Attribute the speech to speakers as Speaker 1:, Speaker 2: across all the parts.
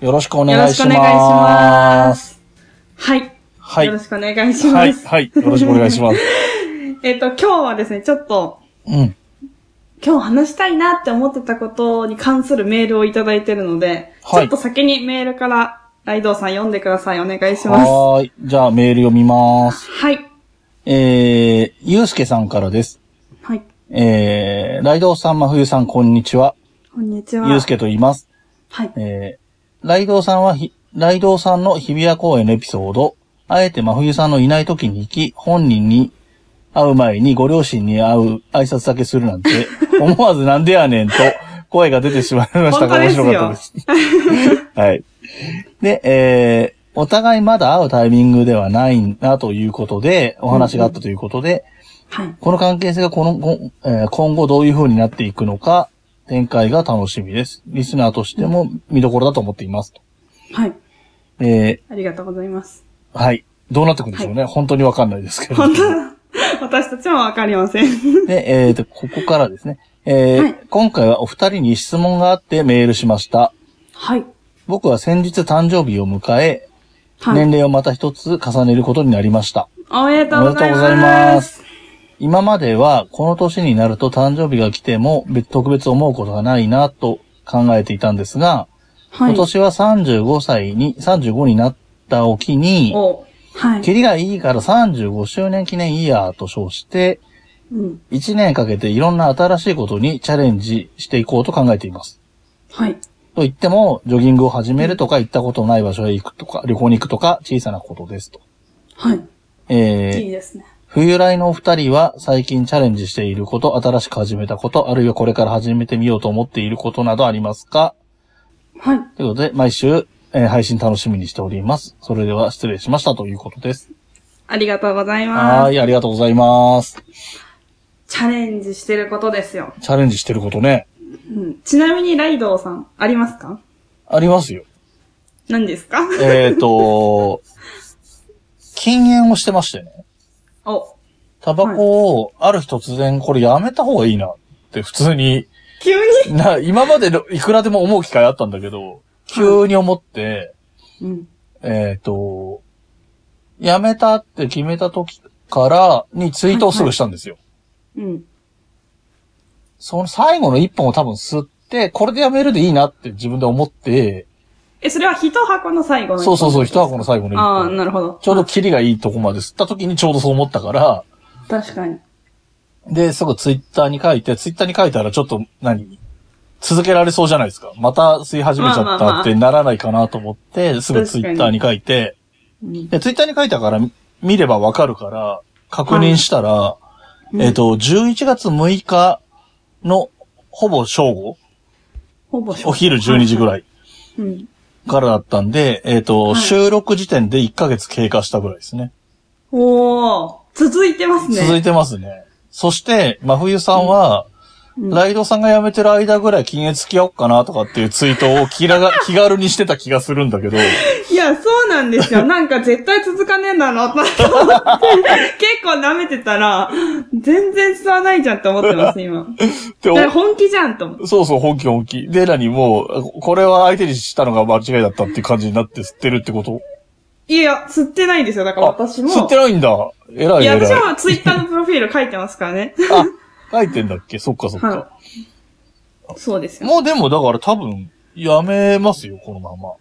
Speaker 1: よろしくお
Speaker 2: よ
Speaker 1: 願
Speaker 2: ろ
Speaker 1: い
Speaker 2: し
Speaker 1: し
Speaker 2: くお
Speaker 1: ます。
Speaker 2: 願いします。はい。
Speaker 1: はい
Speaker 2: よろ。しくお願いします。
Speaker 1: はい。はい。よろしくお願いします。
Speaker 2: えっと、今日はですね、ちょっと、
Speaker 1: うん。
Speaker 2: 今日話したいなって思ってたことに関するメールをいただいてるので、
Speaker 1: は
Speaker 2: ち
Speaker 1: い
Speaker 2: ょっと先にメールから、ライドウさん読んでください。お願いします。
Speaker 1: はーい。じゃあメール読みます。
Speaker 2: はい。
Speaker 1: えー、ゆうすけさんからです。
Speaker 2: はい。
Speaker 1: えー、ライドウさん、真冬さん、こんにちは。
Speaker 2: こんにちは。
Speaker 1: ゆうすけと言います。
Speaker 2: はい。
Speaker 1: えー、ライドウさんはひ、ライドウさんの日比谷公園のエピソード、あえて真冬さんのいない時に行き、本人に会う前にご両親に会う挨拶だけするな んて、思わずなんでやねんと声が出てしまいまし
Speaker 2: 本当
Speaker 1: たが面
Speaker 2: ですよ
Speaker 1: 白かったです。 はい。で、えー、お互いまだ会うタイミングではないなということで、お話があったということで、
Speaker 2: はい。
Speaker 1: この関係性がこの、こえー今後どういう風になっていくのか、展開が楽しみです。リスナーとしても見どころだと思っています。
Speaker 2: はい。
Speaker 1: え
Speaker 2: ありがとうございます。
Speaker 1: ーはい。どうなってくるんでしょうね。本当にわかんないですけど。
Speaker 2: 本当 私たちもわかりません。
Speaker 1: で、えーと、ここからですね。えー
Speaker 2: はい
Speaker 1: 今回はお二人に質問があってメールしました。
Speaker 2: はい。
Speaker 1: 僕は先日誕生日を迎え、
Speaker 2: はい。
Speaker 1: 年齢をまた一つ重ねることになりました。
Speaker 2: おめでとうございます。
Speaker 1: おめでとうございます今までは、この年になると誕生日が来ても別特別思うことがないなと考えていたんですが、
Speaker 2: はい。
Speaker 1: 今年は35歳に、35になったおきに、
Speaker 2: おはい。
Speaker 1: キリがいいから35周年記念イヤーと称して、
Speaker 2: うん。
Speaker 1: 1年かけていろんな新しいことにチャレンジしていこうと考えています。
Speaker 2: はい。
Speaker 1: と言っても、ジョギングを始めるとか、行ったことない場所へ行くとか、旅行に行くとか、小さなことですと。
Speaker 2: はい。
Speaker 1: えー
Speaker 2: いいですね。
Speaker 1: 冬来のお二人は最近チャレンジしていること、新しく始めたこと、あるいはこれから始めてみようと思っていることなどありますか
Speaker 2: はい。
Speaker 1: ということで、毎週、えー配信楽しみにしております。それでは失礼しましたということです。
Speaker 2: ありがとうござい
Speaker 1: は
Speaker 2: ま
Speaker 1: ー
Speaker 2: す。
Speaker 1: い、ありがとうございます。
Speaker 2: チャレンジしてることですよ。
Speaker 1: チャレンジしてることね。
Speaker 2: うん。ちなみにライドウさん、ありますか
Speaker 1: ありますよ。
Speaker 2: 何ですか
Speaker 1: えっ、と、禁煙をしてましてね。
Speaker 2: お、
Speaker 1: タバコを、ある日突然、これやめた方がいいなって普通に、
Speaker 2: 急に
Speaker 1: な、今までのいくらでも思う機会あったんだけど、急に思って、
Speaker 2: うん。
Speaker 1: えっ、と、辞めたって決めた時からにツイートをすぐしたんですよ。
Speaker 2: うん。
Speaker 1: その最後の一本を多分吸って、これで辞めるでいいなって自分で思って、
Speaker 2: え、それは一箱の最後の。
Speaker 1: そうそうそう、一箱
Speaker 2: の。
Speaker 1: の最後の一
Speaker 2: ああ、
Speaker 1: 本。
Speaker 2: なるほど。
Speaker 1: ちょうどキリがいいとこまで吸った時にちょうどそう思ったから、
Speaker 2: 確かに。
Speaker 1: で、すぐツイッターに書いて、ツイッターに書いたらちょっと何続けられそうじゃないですか。また吸い始め
Speaker 2: ま
Speaker 1: ちゃ
Speaker 2: あ
Speaker 1: っ
Speaker 2: まあまあ
Speaker 1: たってならないかなと思って、すぐツイッターに書いて、
Speaker 2: うん。
Speaker 1: で、ツイッターに書いたから見見ればわかるから、確認したら、
Speaker 2: うん
Speaker 1: えっ、と、11月6日のほぼ正午、
Speaker 2: ほぼ
Speaker 1: お昼12時ぐらい
Speaker 2: うん。
Speaker 1: からだったんで、えっ、と、
Speaker 2: はい
Speaker 1: 収録時点で1ヶ月経過したぐらいですね。
Speaker 2: おー、続いてますね。
Speaker 1: 続いてますね。そして、真冬さんは、
Speaker 2: うん
Speaker 1: ライドさんが辞めてる間ぐらい禁煙付き合おうかなとかっていうツイートを気 らが気軽にしてた気がするんだけど、
Speaker 2: いや、そうなんです よ。なんか絶対続かねえんだろうと思って、 結構舐めてたら、全然吸わないじゃんって思ってます、 今。
Speaker 1: で
Speaker 2: だから本気じゃんと思って。
Speaker 1: そうそう、本気本気。で、何もう、これは相手にしたのが間違いだったっていう感じになって吸ってるってこと
Speaker 2: いや、吸ってないんですよ。だから
Speaker 1: あ、
Speaker 2: 私も。
Speaker 1: 吸ってないんだ。偉
Speaker 2: い
Speaker 1: い
Speaker 2: や、
Speaker 1: 偉
Speaker 2: 私
Speaker 1: い。
Speaker 2: はツイッターのプロフィール書いてますからね。
Speaker 1: あ、書いてんだっけそっ かそっか。
Speaker 2: はい。そうですよ。
Speaker 1: もうでもだから多分、やめますよ、このまま。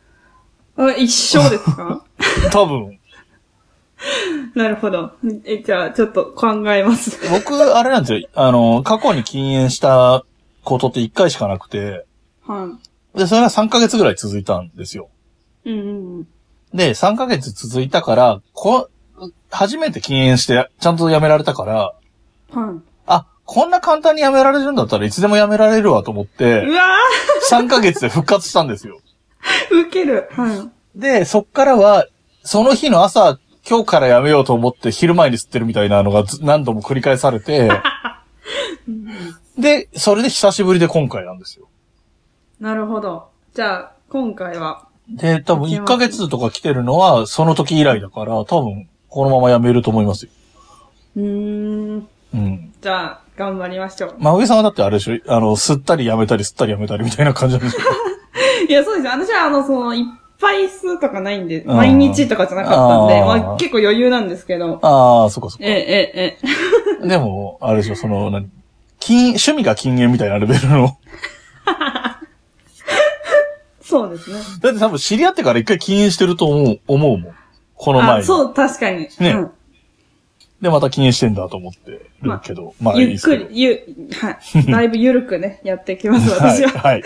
Speaker 2: あ一生です か
Speaker 1: 多分。
Speaker 2: なるほど。え、じゃあ、ちょっと考えます。
Speaker 1: 僕、あれなんですよ。あの、過去に禁煙したことって1回しかなくて、
Speaker 2: は
Speaker 1: で、それが3ヶ月ぐらい続いたんですよ。
Speaker 2: い。うんうんうん。
Speaker 1: で、3ヶ月続いたから、こ、初めて禁煙して、ちゃんとやめられたから、
Speaker 2: は
Speaker 1: あ、こんな簡単にやめられるんだったらいつでもやめられるわと思っ
Speaker 2: い。う
Speaker 1: て、
Speaker 2: わ
Speaker 1: 3ヶ月で復活したんですよ。
Speaker 2: ーウケる。はい。
Speaker 1: で、そっからは、その日の朝、今日からやめようと思って昼前に吸ってるみたいなのがず何度も繰り返されて、で、それで久しぶりで今回なんですよ。
Speaker 2: なるほど。じゃあ、今回は。
Speaker 1: で、多分1ヶ月とか来てるのはその時以来だから、多分このままやめると思いますよ。
Speaker 2: うーん。
Speaker 1: うん。
Speaker 2: じゃあ、頑張りましょう。
Speaker 1: 真上さんはだってあれでしょあの、吸ったりやめたり吸ったりやめたりみたいな感じなんでしょ
Speaker 2: いや、そうですよ。私は、あの、その、いっぱい数とかないんで、
Speaker 1: あー
Speaker 2: 毎日とかじゃなかったんで、
Speaker 1: あー
Speaker 2: まあ、結構余裕なんですけど。
Speaker 1: ああ、そっかそっ
Speaker 2: ええ、ええ、え
Speaker 1: か。でも、あれでしょその、何禁、趣味が禁煙みたいなレベルの。
Speaker 2: え。そうですね。
Speaker 1: だって多分知り合ってから一回禁煙してると思う、思うもん。この前
Speaker 2: あ、
Speaker 1: に。
Speaker 2: そう、確かに。
Speaker 1: ね
Speaker 2: うん
Speaker 1: で、また禁煙してんだと思ってるけど。まあ、いい
Speaker 2: ゆ
Speaker 1: で
Speaker 2: っ
Speaker 1: すけ
Speaker 2: く
Speaker 1: ど
Speaker 2: り、ゆ、 はい。だいぶゆるくね、やっていきます、
Speaker 1: はい
Speaker 2: 私は。
Speaker 1: はい。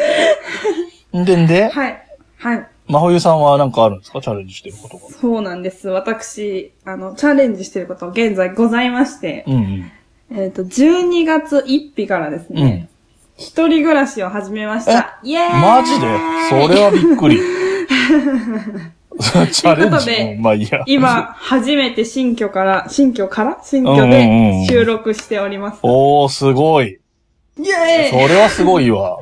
Speaker 1: でんで、
Speaker 2: はい。はい。
Speaker 1: まほゆさんはなんかあるんですかチャレンジしてることが。
Speaker 2: そうなんです。私、あの、チャレンジしてること、現在ございまして、
Speaker 1: うんうん。
Speaker 2: えっ、と、12月1日からです
Speaker 1: うん
Speaker 2: ね、。一人暮らしを始めました。イエーイ
Speaker 1: マジでそれはびっ くり。
Speaker 2: という
Speaker 1: チャレン
Speaker 2: こと
Speaker 1: ジ
Speaker 2: で
Speaker 1: うんまあいいや。
Speaker 2: 今、初めて新居から、新居から新居
Speaker 1: うんうんうん
Speaker 2: で収録しております。
Speaker 1: おー、すごい。
Speaker 2: イ
Speaker 1: そ
Speaker 2: エーイ
Speaker 1: れはすごいわ。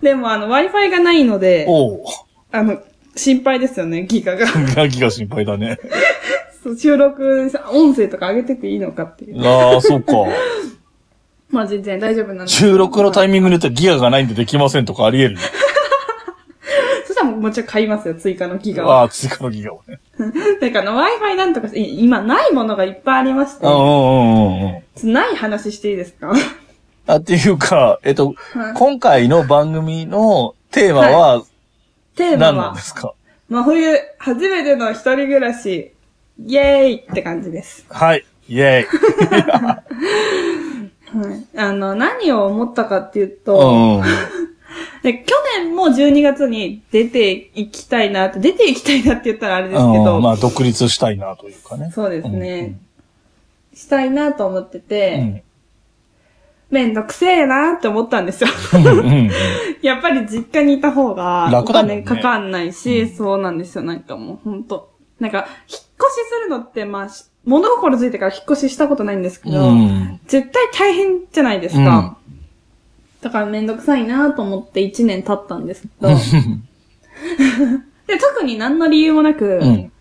Speaker 2: でも、あの、Wi-Fi がないので、
Speaker 1: おー、
Speaker 2: あの、心配ですよね、ギガが。
Speaker 1: ガキが心配だね。
Speaker 2: そう収録、音声とか上げてていいのかっていう。
Speaker 1: あー、そっか。
Speaker 2: まあ全然大丈夫なんですけど
Speaker 1: 収録のタイミングによってギアがないんでできませんとかあり得るね。
Speaker 2: そしたらもうもちろん買いますよ、追加のギガは。
Speaker 1: あー、追加のギガをね。
Speaker 2: てか、あの、Wi-Fi なんとかして、い今ないものがいっぱいありまし
Speaker 1: うんう
Speaker 2: て、
Speaker 1: んうんうん。
Speaker 2: ない話していいですか
Speaker 1: あ、っていうか、えっと、今回の番組のテーマは
Speaker 2: テーマ
Speaker 1: 何なん
Speaker 2: は
Speaker 1: で、すか
Speaker 2: 真冬、初めての一人暮らし、イエーイって感じです。
Speaker 1: はい。イェイ。
Speaker 2: はい。あの、何を思ったかっていう
Speaker 1: う
Speaker 2: と、
Speaker 1: ん。
Speaker 2: で去年も12月に出ていきたいなって、出ていきたいなって言ったらあれですけど、
Speaker 1: うんまあ、独立したいなというかね。
Speaker 2: そうですね、したいなと思ってて、
Speaker 1: うん。
Speaker 2: めんどくせえなって思ったん ですよ。
Speaker 1: うん。うんうん
Speaker 2: やっぱり実家にいた方が、お
Speaker 1: 楽だもんね
Speaker 2: 金かかんないし、そうなんですよ、なんかもう、ほんと。なんか、引っ越しするのって、まあ、し物心ついてから引っ越ししたことないんですけど、
Speaker 1: うん。
Speaker 2: 絶対大変じゃないですか。だからめんどくさいなと思って1年経ったんですけど、で、特に何の理由もなく、
Speaker 1: うん。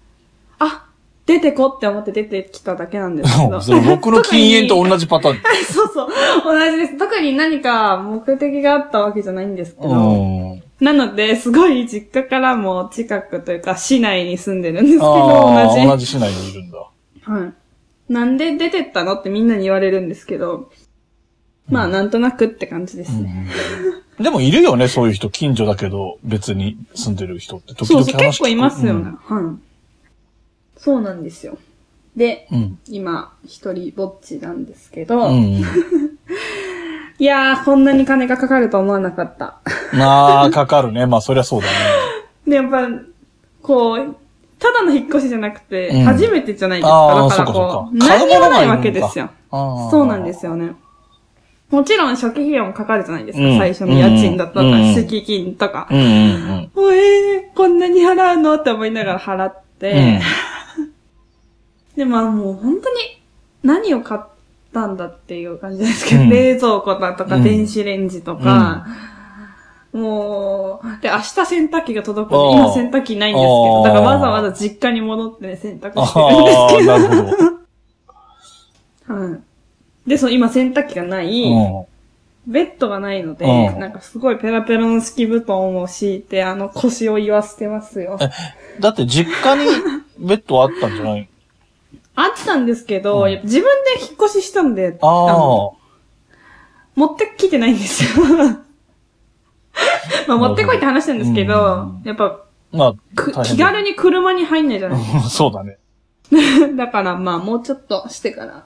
Speaker 2: あ、出てこって思って出てきただけなんですけ
Speaker 1: そ
Speaker 2: ど。
Speaker 1: うそれ僕の禁煙と
Speaker 2: 同じ。
Speaker 1: 同じパターン。
Speaker 2: そうそう、同じです。特に何か目的があったわけじゃないんですけど、
Speaker 1: うん。
Speaker 2: なので、すごい実家からも近くというか、市内に住んでるんですけど、
Speaker 1: あ
Speaker 2: 同
Speaker 1: あ、
Speaker 2: じ。
Speaker 1: 同じ市内にいるんだ。
Speaker 2: はい。なんで出てったのってみんなに言われるんですけど、まあ、なんとなくって感じですね。
Speaker 1: でもいるよね、そういう人。近所だけど、別に住んでる人って。時
Speaker 2: そうそ
Speaker 1: 々話
Speaker 2: う、
Speaker 1: 聞く
Speaker 2: 結構いますよね。。はい。そうなんですよ。で、
Speaker 1: うん。
Speaker 2: 今、一人ぼっちなんですけ
Speaker 1: う
Speaker 2: ど、
Speaker 1: ん。
Speaker 2: いやー、こんなに金がかかると思わなかった。
Speaker 1: まあ、かかるね。まあ、そりゃそうだね。
Speaker 2: で、やっぱ、こう、ただの引っ越しじゃなくて、
Speaker 1: うん
Speaker 2: 初めてじゃないですか。
Speaker 1: ああ、
Speaker 2: だか
Speaker 1: そう
Speaker 2: ら
Speaker 1: か
Speaker 2: こ、
Speaker 1: そううか。
Speaker 2: 何にもないわけですよ。
Speaker 1: あー。
Speaker 2: そうなんですよね。もちろん初期費用もかかるじゃないですか。
Speaker 1: うん
Speaker 2: 最初の家賃だった
Speaker 1: う
Speaker 2: り
Speaker 1: んうん
Speaker 2: 敷金とか
Speaker 1: う。んうんうん。
Speaker 2: もうえー、こんなに払うのって思いながら払って。で、まあもう本当に何を買ったんだっていう感じですけど、
Speaker 1: うん
Speaker 2: 冷蔵庫だと
Speaker 1: う
Speaker 2: か
Speaker 1: ん
Speaker 2: 電子レンジとか、もう、で、明日洗濯機が届くんで、
Speaker 1: あー
Speaker 2: 今洗濯機ないんですけ
Speaker 1: あ
Speaker 2: ど、
Speaker 1: ー
Speaker 2: だからわざわざ実家に戻ってね、洗濯してるんです
Speaker 1: あ
Speaker 2: け
Speaker 1: あ、
Speaker 2: ど
Speaker 1: なるほど。
Speaker 2: はい。で、その今洗濯機がない、 ベッドがないので、
Speaker 1: うん
Speaker 2: なんかすごいペラペラの敷布団を敷いて、あの腰を言わせてますよ。
Speaker 1: うん。だって実家にベッドあったんじゃない
Speaker 2: あったんですけど、
Speaker 1: うん
Speaker 2: やっぱ自分で引っ越ししたんで、
Speaker 1: あ
Speaker 2: の
Speaker 1: あ。
Speaker 2: 持ってきてないんですよ。 まあ持ってこいって話なんですけど
Speaker 1: うん、
Speaker 2: やっぱ
Speaker 1: まあ、
Speaker 2: く
Speaker 1: 大変だ
Speaker 2: 気軽に車に入んないじゃない
Speaker 1: そうだね。
Speaker 2: だからまあもうちょっとしてから。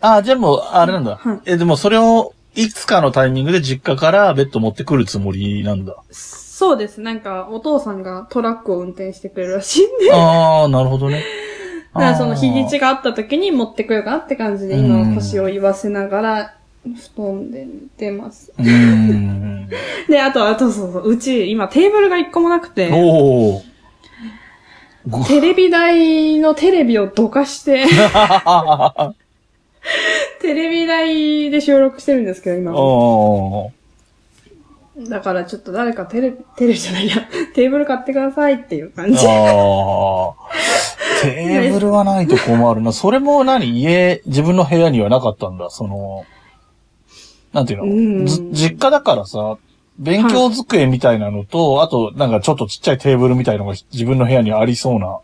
Speaker 1: ああ、じゃあもう、あれなんだ。
Speaker 2: はい
Speaker 1: え、でもそれを、いつかのタイミングで実家からベッド持ってくるつもりなんだ。
Speaker 2: そうです。なんかお父さんがトラックを運転してくれるらしいんで。
Speaker 1: ああ、なるほどね。
Speaker 2: だからその日に
Speaker 1: あー
Speaker 2: ちがあった時に持ってくようかなって感じで、
Speaker 1: うん
Speaker 2: 今腰を言わせながら、布団で寝てます。
Speaker 1: うーん。
Speaker 2: で、あと、あとそうそう、うち今テーブルが一個もなくて、
Speaker 1: おお。ご
Speaker 2: テレビ台のテレビをどか して、テレビ台で収録してるんですけど、今も。
Speaker 1: おー
Speaker 2: だからちょっと誰かテレビ、テレビじゃないや、 テーブル買ってくださいっていう感じ。
Speaker 1: あー。テーブルはないと困るな。それも何家、自分の部屋にはなかったんだ。その、なんていうの、
Speaker 2: うん
Speaker 1: ず実家だからさ、勉強机みたいなのと、あとなんかちょっとちっちゃいテーブルみたいのが自分の部屋にありそうな。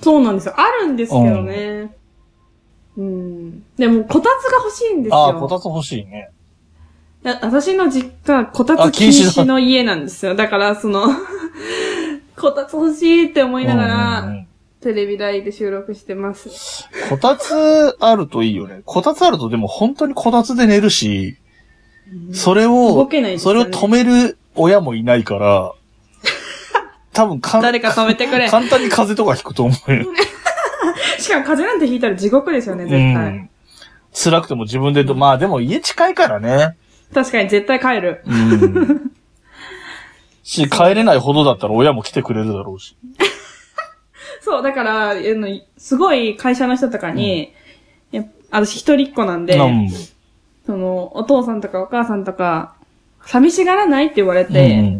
Speaker 2: そうなんですよ。あるんですけどね。うん。でも、こたつが欲しいんですよ。
Speaker 1: ああ、こたつ欲しいね。
Speaker 2: だ私の実家、こた
Speaker 1: あ
Speaker 2: つ禁
Speaker 1: 禁止だ
Speaker 2: 止の家なんですよ。だから、その、 こたつ欲しいって思いながら、
Speaker 1: うんうんうん
Speaker 2: テレビ台で収録してます。
Speaker 1: こたつあるといいよね。こたつあるとでも本当にこたつで寝るし、それ
Speaker 2: 動
Speaker 1: を、
Speaker 2: けないです
Speaker 1: そ
Speaker 2: よ
Speaker 1: れ
Speaker 2: ね
Speaker 1: を止める親もいな いから、多分かん
Speaker 2: 誰か止めてくれ。
Speaker 1: 簡単に風邪とかひくと思うよ。
Speaker 2: しかも風邪なんてひいたら地獄ですよね、
Speaker 1: う
Speaker 2: 絶対。
Speaker 1: ん。辛くても自分でと、まあでも家近いからね。
Speaker 2: 確かに絶対帰る。
Speaker 1: うん。し、帰れないほどだったら親も来てくれるだろうし。
Speaker 2: そう、だから、あのすごい会社の人とかに、いや私一人っ子なんで、
Speaker 1: うん。
Speaker 2: その、お父さんとかお母さんとか、寂しがらないって言われて、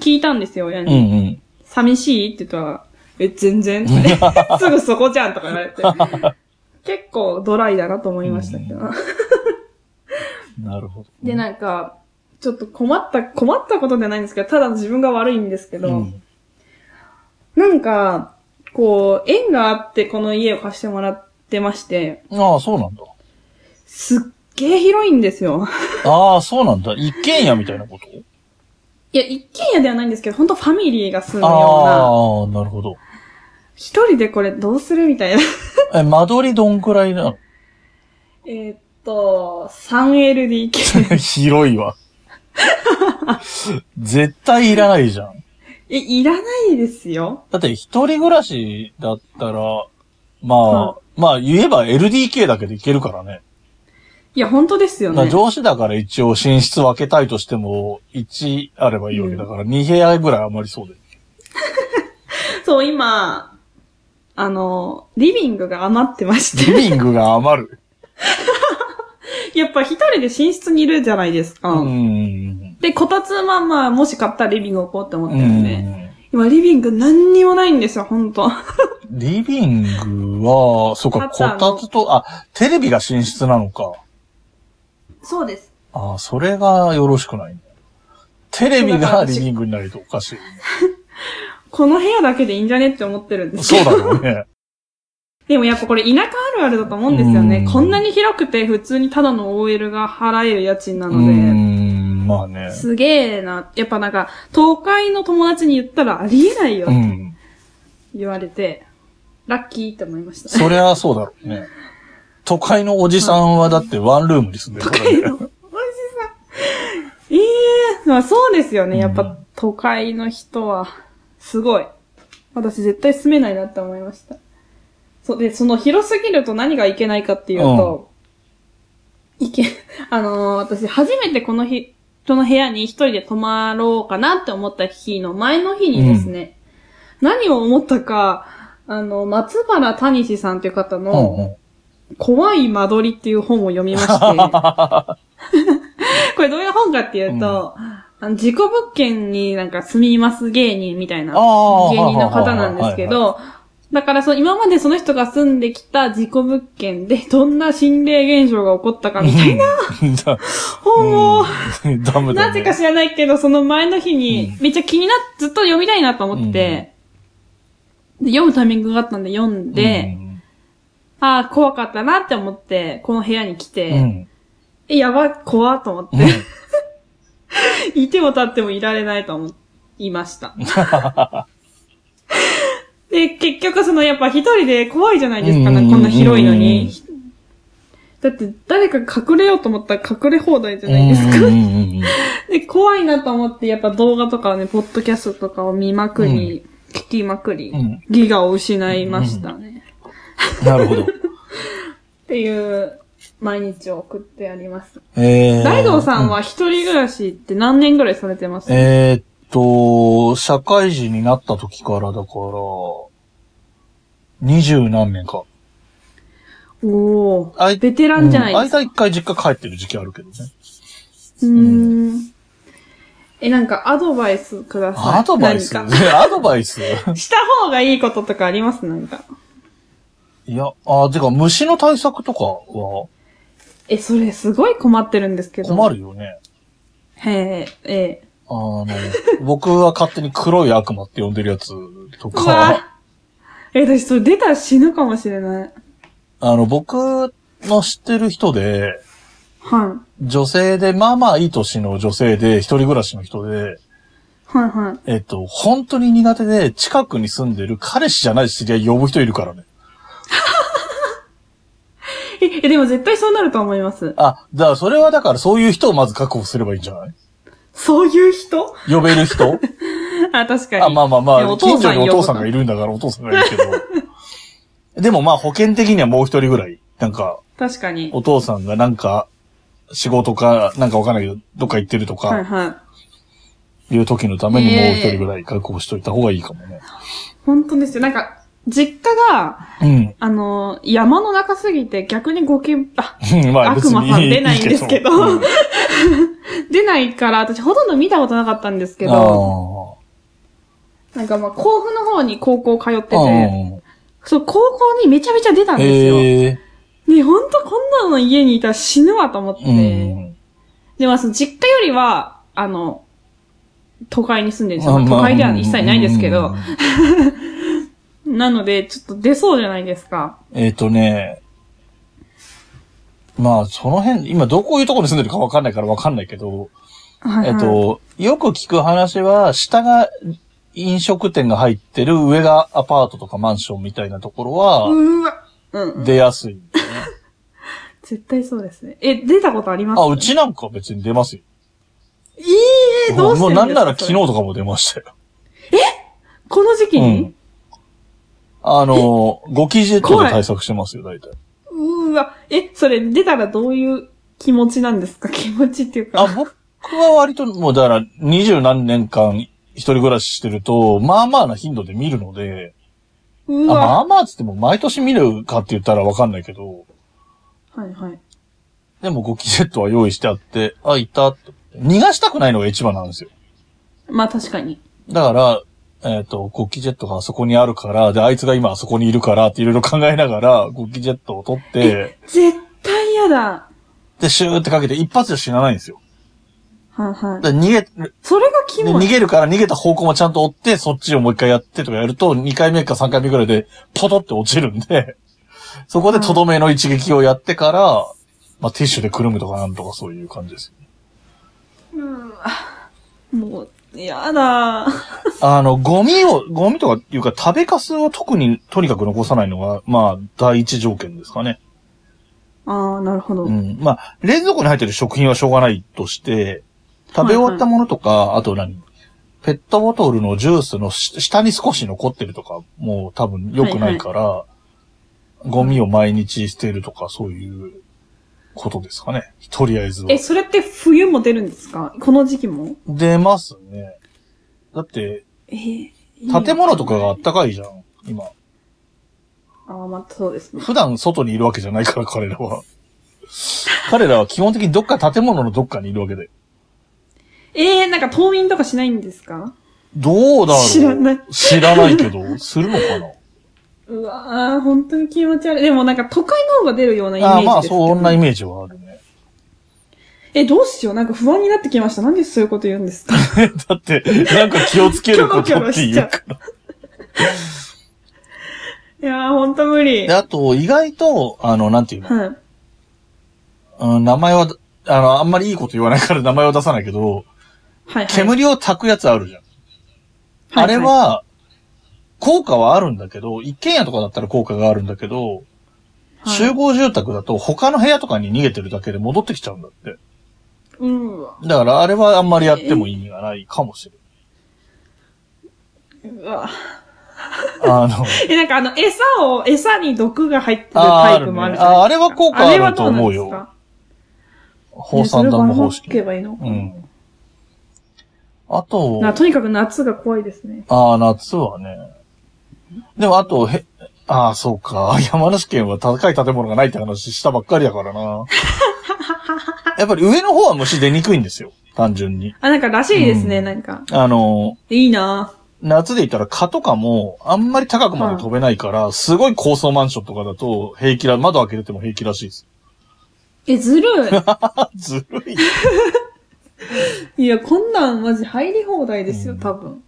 Speaker 2: 聞いたんですよ、親
Speaker 1: うんう
Speaker 2: に。
Speaker 1: ん。うん
Speaker 2: 寂しいって言ったら、え、全 然。すぐそこじゃんとか言われて。結構ドライだなと思いましたけど。
Speaker 1: うん。なるほど。
Speaker 2: で、なんか、ちょっと困った、困ったことじゃないんですけど、ただ自分が悪いんですけど、
Speaker 1: うん。
Speaker 2: なんか、こう、縁があってこの家を貸してもらってまして、
Speaker 1: ああ、そうなんだ。
Speaker 2: すっげー広いんですよ。
Speaker 1: ああ、そうなんだ。一軒家みたいなこと
Speaker 2: いや、一軒家ではないんですけど、本当ファミリーが住むような、
Speaker 1: ああ、なるほど。
Speaker 2: 一人でこれどうするみたいな。
Speaker 1: え、間取りどんくらいなの
Speaker 2: えーっと、3LDK。
Speaker 1: 広い わ。絶対いらないじゃん。
Speaker 2: え、いらないですよ。
Speaker 1: だって一人暮らしだったら、まあ、
Speaker 2: は
Speaker 1: まあ言えば LDK だけでいけるからね。
Speaker 2: いや、本当ですよ
Speaker 1: まあ
Speaker 2: ね。
Speaker 1: 上司だから一応寝室分けたいとしても、1あればいいわけだから、2部屋ぐらい余りそうで。
Speaker 2: そう、今、あの、リビングが余ってま し
Speaker 1: リ
Speaker 2: て。
Speaker 1: ビングが 余る。
Speaker 2: やっぱ一人で寝室にいるじゃないですか。
Speaker 1: うん。
Speaker 2: で、こたつはまあ、もし買ったらリビング置こうって思っ
Speaker 1: う
Speaker 2: てるんで。
Speaker 1: ん。
Speaker 2: 今、リビング何にもないんですよ、本当
Speaker 1: リビングは、そうか、
Speaker 2: あ
Speaker 1: こと
Speaker 2: あの
Speaker 1: たつと、あ、テレビが寝室なのか。
Speaker 2: そうです。
Speaker 1: ああ、それがよろしくないね。テレビがリビングになるとおかし
Speaker 2: この部屋だけでいいんじゃねって思ってるんで
Speaker 1: い。
Speaker 2: すけ
Speaker 1: そう
Speaker 2: ど
Speaker 1: だろうね。
Speaker 2: でもやっぱこれ田舎あるあるだと思うんですよね
Speaker 1: う。ん
Speaker 2: こんなに広くて普通にただの OL が払える家 賃な
Speaker 1: うー
Speaker 2: ので。
Speaker 1: ん、まあね。
Speaker 2: すげえな。やっぱなんか、東海の友達に言ったらありえないよ
Speaker 1: う
Speaker 2: って
Speaker 1: ん。
Speaker 2: 言われて、ラッキーって思いました。
Speaker 1: そりゃそうだろうね。都会のおじさんはだってワンルームに住んでるから
Speaker 2: 都
Speaker 1: ね。
Speaker 2: 会のおじさん。ええまあそうですよね。やっ
Speaker 1: う
Speaker 2: ぱ
Speaker 1: ん
Speaker 2: 都会の人は、すごい。私絶対住めないなって思いました。そうで、その広すぎると何がいけないかっていうと、いけ、 あのー私初めてこの日、人の部屋に一人で泊まろうかなって思った日の前の日にですね、何を思ったか、あの、松原谷志さんという方の、
Speaker 1: うんうん
Speaker 2: 怖い間取りっていう本を読みま して、これどういう本かっていうと、あの自己物件になんか住みます芸人みたいな
Speaker 1: あー
Speaker 2: 芸人の方なんですけ
Speaker 1: は
Speaker 2: ど、だからその今までその人が住んできた自己物件でどんな心霊現象が起こったかみたいな
Speaker 1: うんだ
Speaker 2: 本を、
Speaker 1: うんダメだ、ね。
Speaker 2: なぜか知らないけど、その前の日に
Speaker 1: う
Speaker 2: めっちゃ気になっ、ずっと読みたいなと思って、で読むタイミングがあったんで読んで、ああ、怖かったなって思って、この部屋に来
Speaker 1: う
Speaker 2: て、
Speaker 1: ん、うん。
Speaker 2: え、やば、怖っと思っ
Speaker 1: う
Speaker 2: て、
Speaker 1: ん
Speaker 2: いても立ってもいられないと思いました。 で、結局そのやっぱ一人で怖いじゃないですか、
Speaker 1: うんうんうん
Speaker 2: こんな広いのに。だって誰か隠れようと思ったら隠れ放題じゃないですか。
Speaker 1: うんうんうんうん
Speaker 2: で、怖いなと思ってやっぱ動画とかをね、ポッドキャストとかを見まくり、聞きまくり、
Speaker 1: うん
Speaker 2: ギガを失いましたね。
Speaker 1: なるほど。
Speaker 2: っていう毎日を送ってあります。
Speaker 1: えー、
Speaker 2: 大道さんは一人暮らしって何年ぐらいされてます
Speaker 1: えーっと、社会人になった時からだから、二十何年か。
Speaker 2: お
Speaker 1: あ
Speaker 2: ー。
Speaker 1: い
Speaker 2: ベテランじゃない
Speaker 1: あ
Speaker 2: で
Speaker 1: い
Speaker 2: すか。
Speaker 1: た一回実家帰ってる時期あるけどね。
Speaker 2: うーん。え、なんかアドバイスください。
Speaker 1: アドバイス
Speaker 2: 何か
Speaker 1: アドバイス
Speaker 2: した方がいいこととかありますなんか。
Speaker 1: いや、あ、てか虫の対策とかは
Speaker 2: え、それすごい困ってるんですけど。
Speaker 1: 困
Speaker 2: る。
Speaker 1: るよね。
Speaker 2: へえ、ええ。
Speaker 1: あの、 僕は勝手に黒い悪魔って呼んでるやつと
Speaker 2: うわ
Speaker 1: か、
Speaker 2: え、私それ出たら死ぬかもしれない。
Speaker 1: あの、僕の知ってる人で、
Speaker 2: は
Speaker 1: 女性で、まあまあいい年の女性で、一人暮らしの人で、
Speaker 2: い。はいはい。
Speaker 1: えっと、本当に苦手で、近くに住んでる彼氏じゃない知り合い呼ぶ人いるからね。
Speaker 2: え、えでも絶対そうなると思います。
Speaker 1: あ、だからそれはだからそういう人をまず確保すればいいんじゃない
Speaker 2: そういう人
Speaker 1: 呼べる人
Speaker 2: あ、確かに。
Speaker 1: あ、まあまあま
Speaker 2: いや
Speaker 1: あ、
Speaker 2: お父
Speaker 1: 近
Speaker 2: さ
Speaker 1: 所
Speaker 2: ん
Speaker 1: にお父さんがいるんだからお父さんがいるけ ど。でもまあ保険的にはもう一人ぐらい、なんか、
Speaker 2: 確かに。
Speaker 1: お父さんがなんか、仕事か、なんかわかんないけど、どっか行ってると
Speaker 2: はい
Speaker 1: か、
Speaker 2: はい。
Speaker 1: いう時のためにもう一人ぐらい確保しといた方がいいかもね。
Speaker 2: 本当ですよ。なんか、実家が、
Speaker 1: うん
Speaker 2: あのー山の中すぎて逆にごけん、あ、
Speaker 1: うん。 まあ
Speaker 2: 悪
Speaker 1: 別
Speaker 2: 魔
Speaker 1: に
Speaker 2: さん出ないんですけど
Speaker 1: うん
Speaker 2: 出ないから、私ほとんど見たことなかったんですけど、なんかまあ、甲府の方に高校通って
Speaker 1: ああ
Speaker 2: て、そう、高校にめちゃめちゃ出たん
Speaker 1: うん。
Speaker 2: ですよ。
Speaker 1: ええ。
Speaker 2: ね、ほんとこんなの家にいたら死ぬわと思って。
Speaker 1: うん。
Speaker 2: で、まあ、その実家よりは、あの、都会に住んでるんですよ。まあ
Speaker 1: まあ
Speaker 2: 都会では一切ないですけど
Speaker 1: うん。
Speaker 2: なので、ちょっと出そうじゃないですか。
Speaker 1: えっ、とね、まあ、その辺、今どこいうところに住んでるかわかんないからわかんないけど、
Speaker 2: はい
Speaker 1: えっ、
Speaker 2: はい、
Speaker 1: と、よく聞く話は、下が飲食店が入ってる、上がアパートとかマンションみたいなところは、
Speaker 2: うーわ。うん。
Speaker 1: 出やすい。
Speaker 2: 絶対そうですね。え、出たことあります
Speaker 1: あ、うちなんか別に出ますよ。
Speaker 2: いいえどうして
Speaker 1: も
Speaker 2: る
Speaker 1: うん
Speaker 2: ですか
Speaker 1: なんなら昨日
Speaker 2: それ
Speaker 1: とかも出ましたよ。
Speaker 2: この時期に、
Speaker 1: あの、ご機嫌とで対策してますよ、大体。
Speaker 2: うーわ。え、それ出たらどういう気持ちなんですか 気持ちっていうか。
Speaker 1: あ、僕は割と、もうだから、二十何年間一人暮らししてると、まあまあな頻度で見るので、
Speaker 2: う
Speaker 1: あま
Speaker 2: わ。
Speaker 1: あまあっつっても毎年見るかって言ったらわかんないけど、
Speaker 2: はいはい。
Speaker 1: でもゴキセットは用意してあって、あ、いたって。逃がしたくないのが一番なんですよ。
Speaker 2: まあ確かに。
Speaker 1: だから、えっ、と、ゴキジェットがあそこにあるから、で、あいつが今あそこにいるからっていろいろ考えながら、ゴキジェットを取って、
Speaker 2: 絶対嫌だ。
Speaker 1: で、シューってかけて一発で死なないんですよ。
Speaker 2: はいはい。
Speaker 1: で逃げ、
Speaker 2: それがキ
Speaker 1: で
Speaker 2: モ
Speaker 1: 逃
Speaker 2: い。
Speaker 1: げるから逃げた方向もちゃんと追って、そっちをもう一回やってとかやると、2回目か3回目ぐらいで、ポトって落ちるんで、そこでとどめの一撃をやってから、まあ、ティッシュでくるむとかなんとかそういう感じですよね。
Speaker 2: もう、嫌 だ。
Speaker 1: あの、ゴミを、ゴミとかいうか食べかすを特に、とにかく残さないのが、まあ、第一条件ですかね。
Speaker 2: ああ、なるほど。
Speaker 1: うん。まあ、冷蔵庫に入ってる食品はしょうがないとして、食べ終わったものとか、あと何ペットボトルのジュースのし下に少し残ってるとか、もう多分良くないから、ゴミを毎日捨てるとか、そういうことですかね。とりあえずは
Speaker 2: え、。それって冬も出るんですかこの時期も
Speaker 1: 出ますね。だって、
Speaker 2: えー
Speaker 1: 建物とかがあったかいじゃん、今。
Speaker 2: ああ、まあそうですね。
Speaker 1: 普段外にいるわけじゃないから、彼らは。 彼らは基本的にどっか建物のどっかにいるわけで。
Speaker 2: えー、なんか冬眠とかしないんですか
Speaker 1: どうだろう
Speaker 2: 知らない。
Speaker 1: 知らないけど、するの かな
Speaker 2: うわー、本当に気持ち悪い。でもなんか都会の方が出るようなイメー
Speaker 1: あ
Speaker 2: ジ
Speaker 1: あ
Speaker 2: ですけど。
Speaker 1: まあ、そんなイメージはあるね。
Speaker 2: え、どうしようなんか不安になってきました。なんでそういうこと言うんですか
Speaker 1: だって、なんか気をつけることっていうから。
Speaker 2: いやー、ほんと無理。
Speaker 1: で、
Speaker 2: はい。
Speaker 1: あと、意外と、あの、なんていうの、うん、名前は、あの、あんまりいいこと言わないから名前は出さないけ
Speaker 2: はい、
Speaker 1: ど、
Speaker 2: はい。
Speaker 1: 煙を焚くやつあるじゃん。
Speaker 2: はい、
Speaker 1: あれは、効果はあるんだけど、一軒家とかだったら効果があるんだけど、
Speaker 2: はい
Speaker 1: 集合住宅だと他の部屋とかに逃げてるだけで戻ってきちゃうんだって。
Speaker 2: うんうわ。
Speaker 1: だから、あれはあんまりやっても意味がないかもしれ
Speaker 2: うわ。
Speaker 1: ない。あの、
Speaker 2: え、なんかあの、餌を、餌に毒が入ってる
Speaker 1: あー
Speaker 2: タイプもあるじゃ
Speaker 1: あ
Speaker 2: ない
Speaker 1: るねあーあれは効果あると思う
Speaker 2: あ
Speaker 1: よ
Speaker 2: れはどなんですか
Speaker 1: 放散弾も方式。
Speaker 2: ねそればらまけばいいのか
Speaker 1: う
Speaker 2: な、
Speaker 1: ん。あと、
Speaker 2: なとにかく夏が怖いですね。
Speaker 1: ああ、夏はね。でもあと、へ、ああ、そうか。 山梨県は高い建物がないって話したばっかりだか らな。やっぱり上の方は虫出にくいんですよ。単純に。
Speaker 2: あ、なんからしいですね、
Speaker 1: うん
Speaker 2: なんか。
Speaker 1: あの、
Speaker 2: いいな
Speaker 1: 夏で言ったら蚊とかもあんまり高くまで飛べないから、すごい高層マンションとかだと平気ら、窓開けてても平気らしいです。
Speaker 2: え、ずる
Speaker 1: ずるい。
Speaker 2: い。いや、こんなんマジ入り放題ですよ、
Speaker 1: うん
Speaker 2: 多分。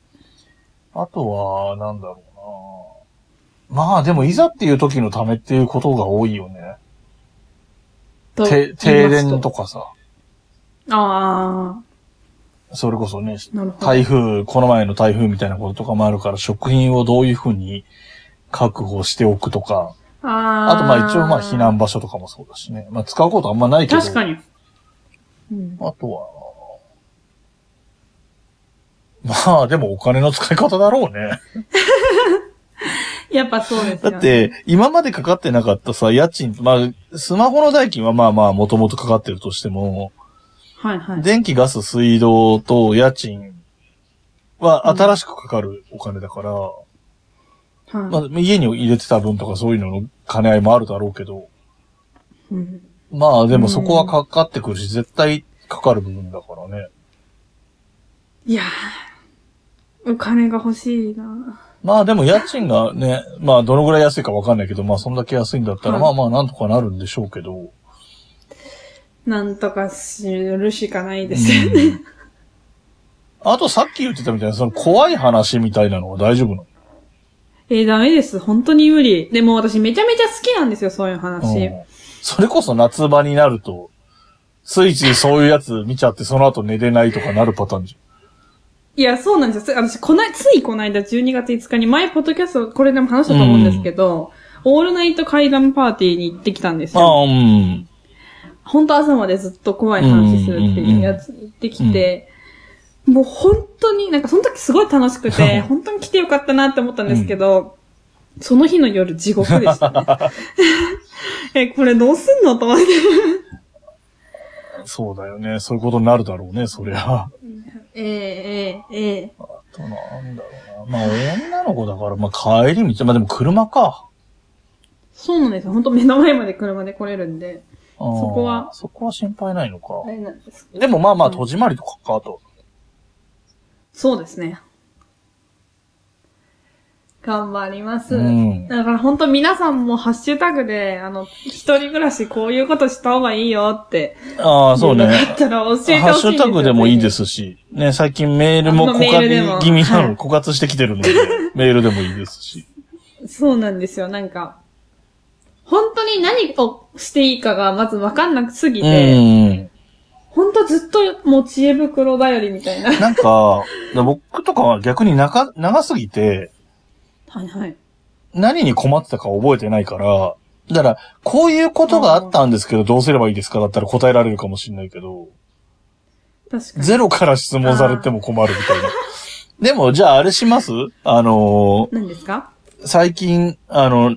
Speaker 1: あとは、なんだろうな。まあでもいざっていう時のためっていうことが多いよね。
Speaker 2: と
Speaker 1: て
Speaker 2: 言
Speaker 1: 停
Speaker 2: います
Speaker 1: 電とかさ。
Speaker 2: あ
Speaker 1: それこそね、
Speaker 2: あ、なるほど。
Speaker 1: 台風、この前の台風みたいなこととかもあるから、食品をどういうふうに確保しておくとか、
Speaker 2: ああ。
Speaker 1: あとまあ一応まあ避難場所とかもそうだしね。まあ使うことあんまないけど。
Speaker 2: 確かに。うん。
Speaker 1: あとは、まあでもお金の使い方だろうね。
Speaker 2: やっぱそうですよ、ね。
Speaker 1: だっ、て、今までかかってなかったさ、家賃、まあ、スマホの代金はまあまあもともとかかってるとしても、
Speaker 2: はいはい。
Speaker 1: 電気、ガス、水道と家賃は新しくかかるお金だから、
Speaker 2: はい
Speaker 1: まあ、家に入れてた分とかそういうのの兼ね合いもあるだろうけど、
Speaker 2: うん
Speaker 1: まあでもそこはかかってくるし、絶対かかる部分だからね。
Speaker 2: いやー、お金が欲しいな
Speaker 1: まあでも家賃がね、まあどのぐらい安いかわかんないけど、まあそんだけ安いんだったら、
Speaker 2: はい
Speaker 1: まあまあなんとかなるんでしょうけど、
Speaker 2: なんとかするしかないですよね。
Speaker 1: うんあとさっき言ってたみたいな、その怖い話みたいなのは大丈夫なの
Speaker 2: えー、ダメです。本当に無理。でも私めちゃめちゃ好きなんですよ、そういう話。
Speaker 1: うんそれこそ夏場になると、ついついそういうやつ見ちゃって、その後寝れないとかなるパターンじ
Speaker 2: いや、そうなんですよ。私、こない、ついこの間12月5日に前、ポッドキャスト、これでも話したと思うんですけど、オールナイト怪談パーティーに行ってきたんです
Speaker 1: ゃん。
Speaker 2: よ。
Speaker 1: ああ、うん。
Speaker 2: 本当朝までずっと怖い話するっていうやつに行ってきて、もう本当に、なんかその時すごい楽しく て、本当に来てよかったなって思ったんですけど、その日の夜地獄で したね。え、これどうすんのと思って。
Speaker 1: そうだよね。そういうことになるだろうね、そりゃ。
Speaker 2: ええええええ
Speaker 1: あとなんだろうな。まあ女の子だから、まあ帰り道、まあでも車か。
Speaker 2: そうなんですよ。本当目の前まで車で来れるんで、
Speaker 1: そこ
Speaker 2: こは
Speaker 1: そこは心配ないのか。
Speaker 2: あれなんですけど
Speaker 1: でもまあまあ、
Speaker 2: うん
Speaker 1: 戸締まりとかか、あと。
Speaker 2: そうですね。頑張ります。
Speaker 1: うん
Speaker 2: だから本当皆さんもハッシュタグで、あの、一人暮らしこういうことした方がいいよって。
Speaker 1: ああ、そうね。
Speaker 2: いうのがあったら教えてほしいです。
Speaker 1: ハッシュタグでもいいで。すし、ね、最近メールも
Speaker 2: あ
Speaker 1: 枯
Speaker 2: メールでも
Speaker 1: 渇気味な
Speaker 2: は
Speaker 1: の、
Speaker 2: い
Speaker 1: 枯渇してきてる ので、メールでもいいですし。
Speaker 2: そうなんですよ。なんか、本当に何をしていいかがまずわかんなくすぎ
Speaker 1: う
Speaker 2: て、
Speaker 1: ん。
Speaker 2: 本当ずっともう知恵袋頼りみたいな。
Speaker 1: なんか、僕とかは逆に長、長すぎて、
Speaker 2: はいはい。
Speaker 1: 何に困ってたか覚えてないから、だから、こういうことがあったんですけど、どうすればいいですかだったら答えられるかもしれないけど、
Speaker 2: 確かに。
Speaker 1: ゼロから質問されても困るみたい な。でも、じゃああれしますあのー、
Speaker 2: 何ですか
Speaker 1: 最近、あの、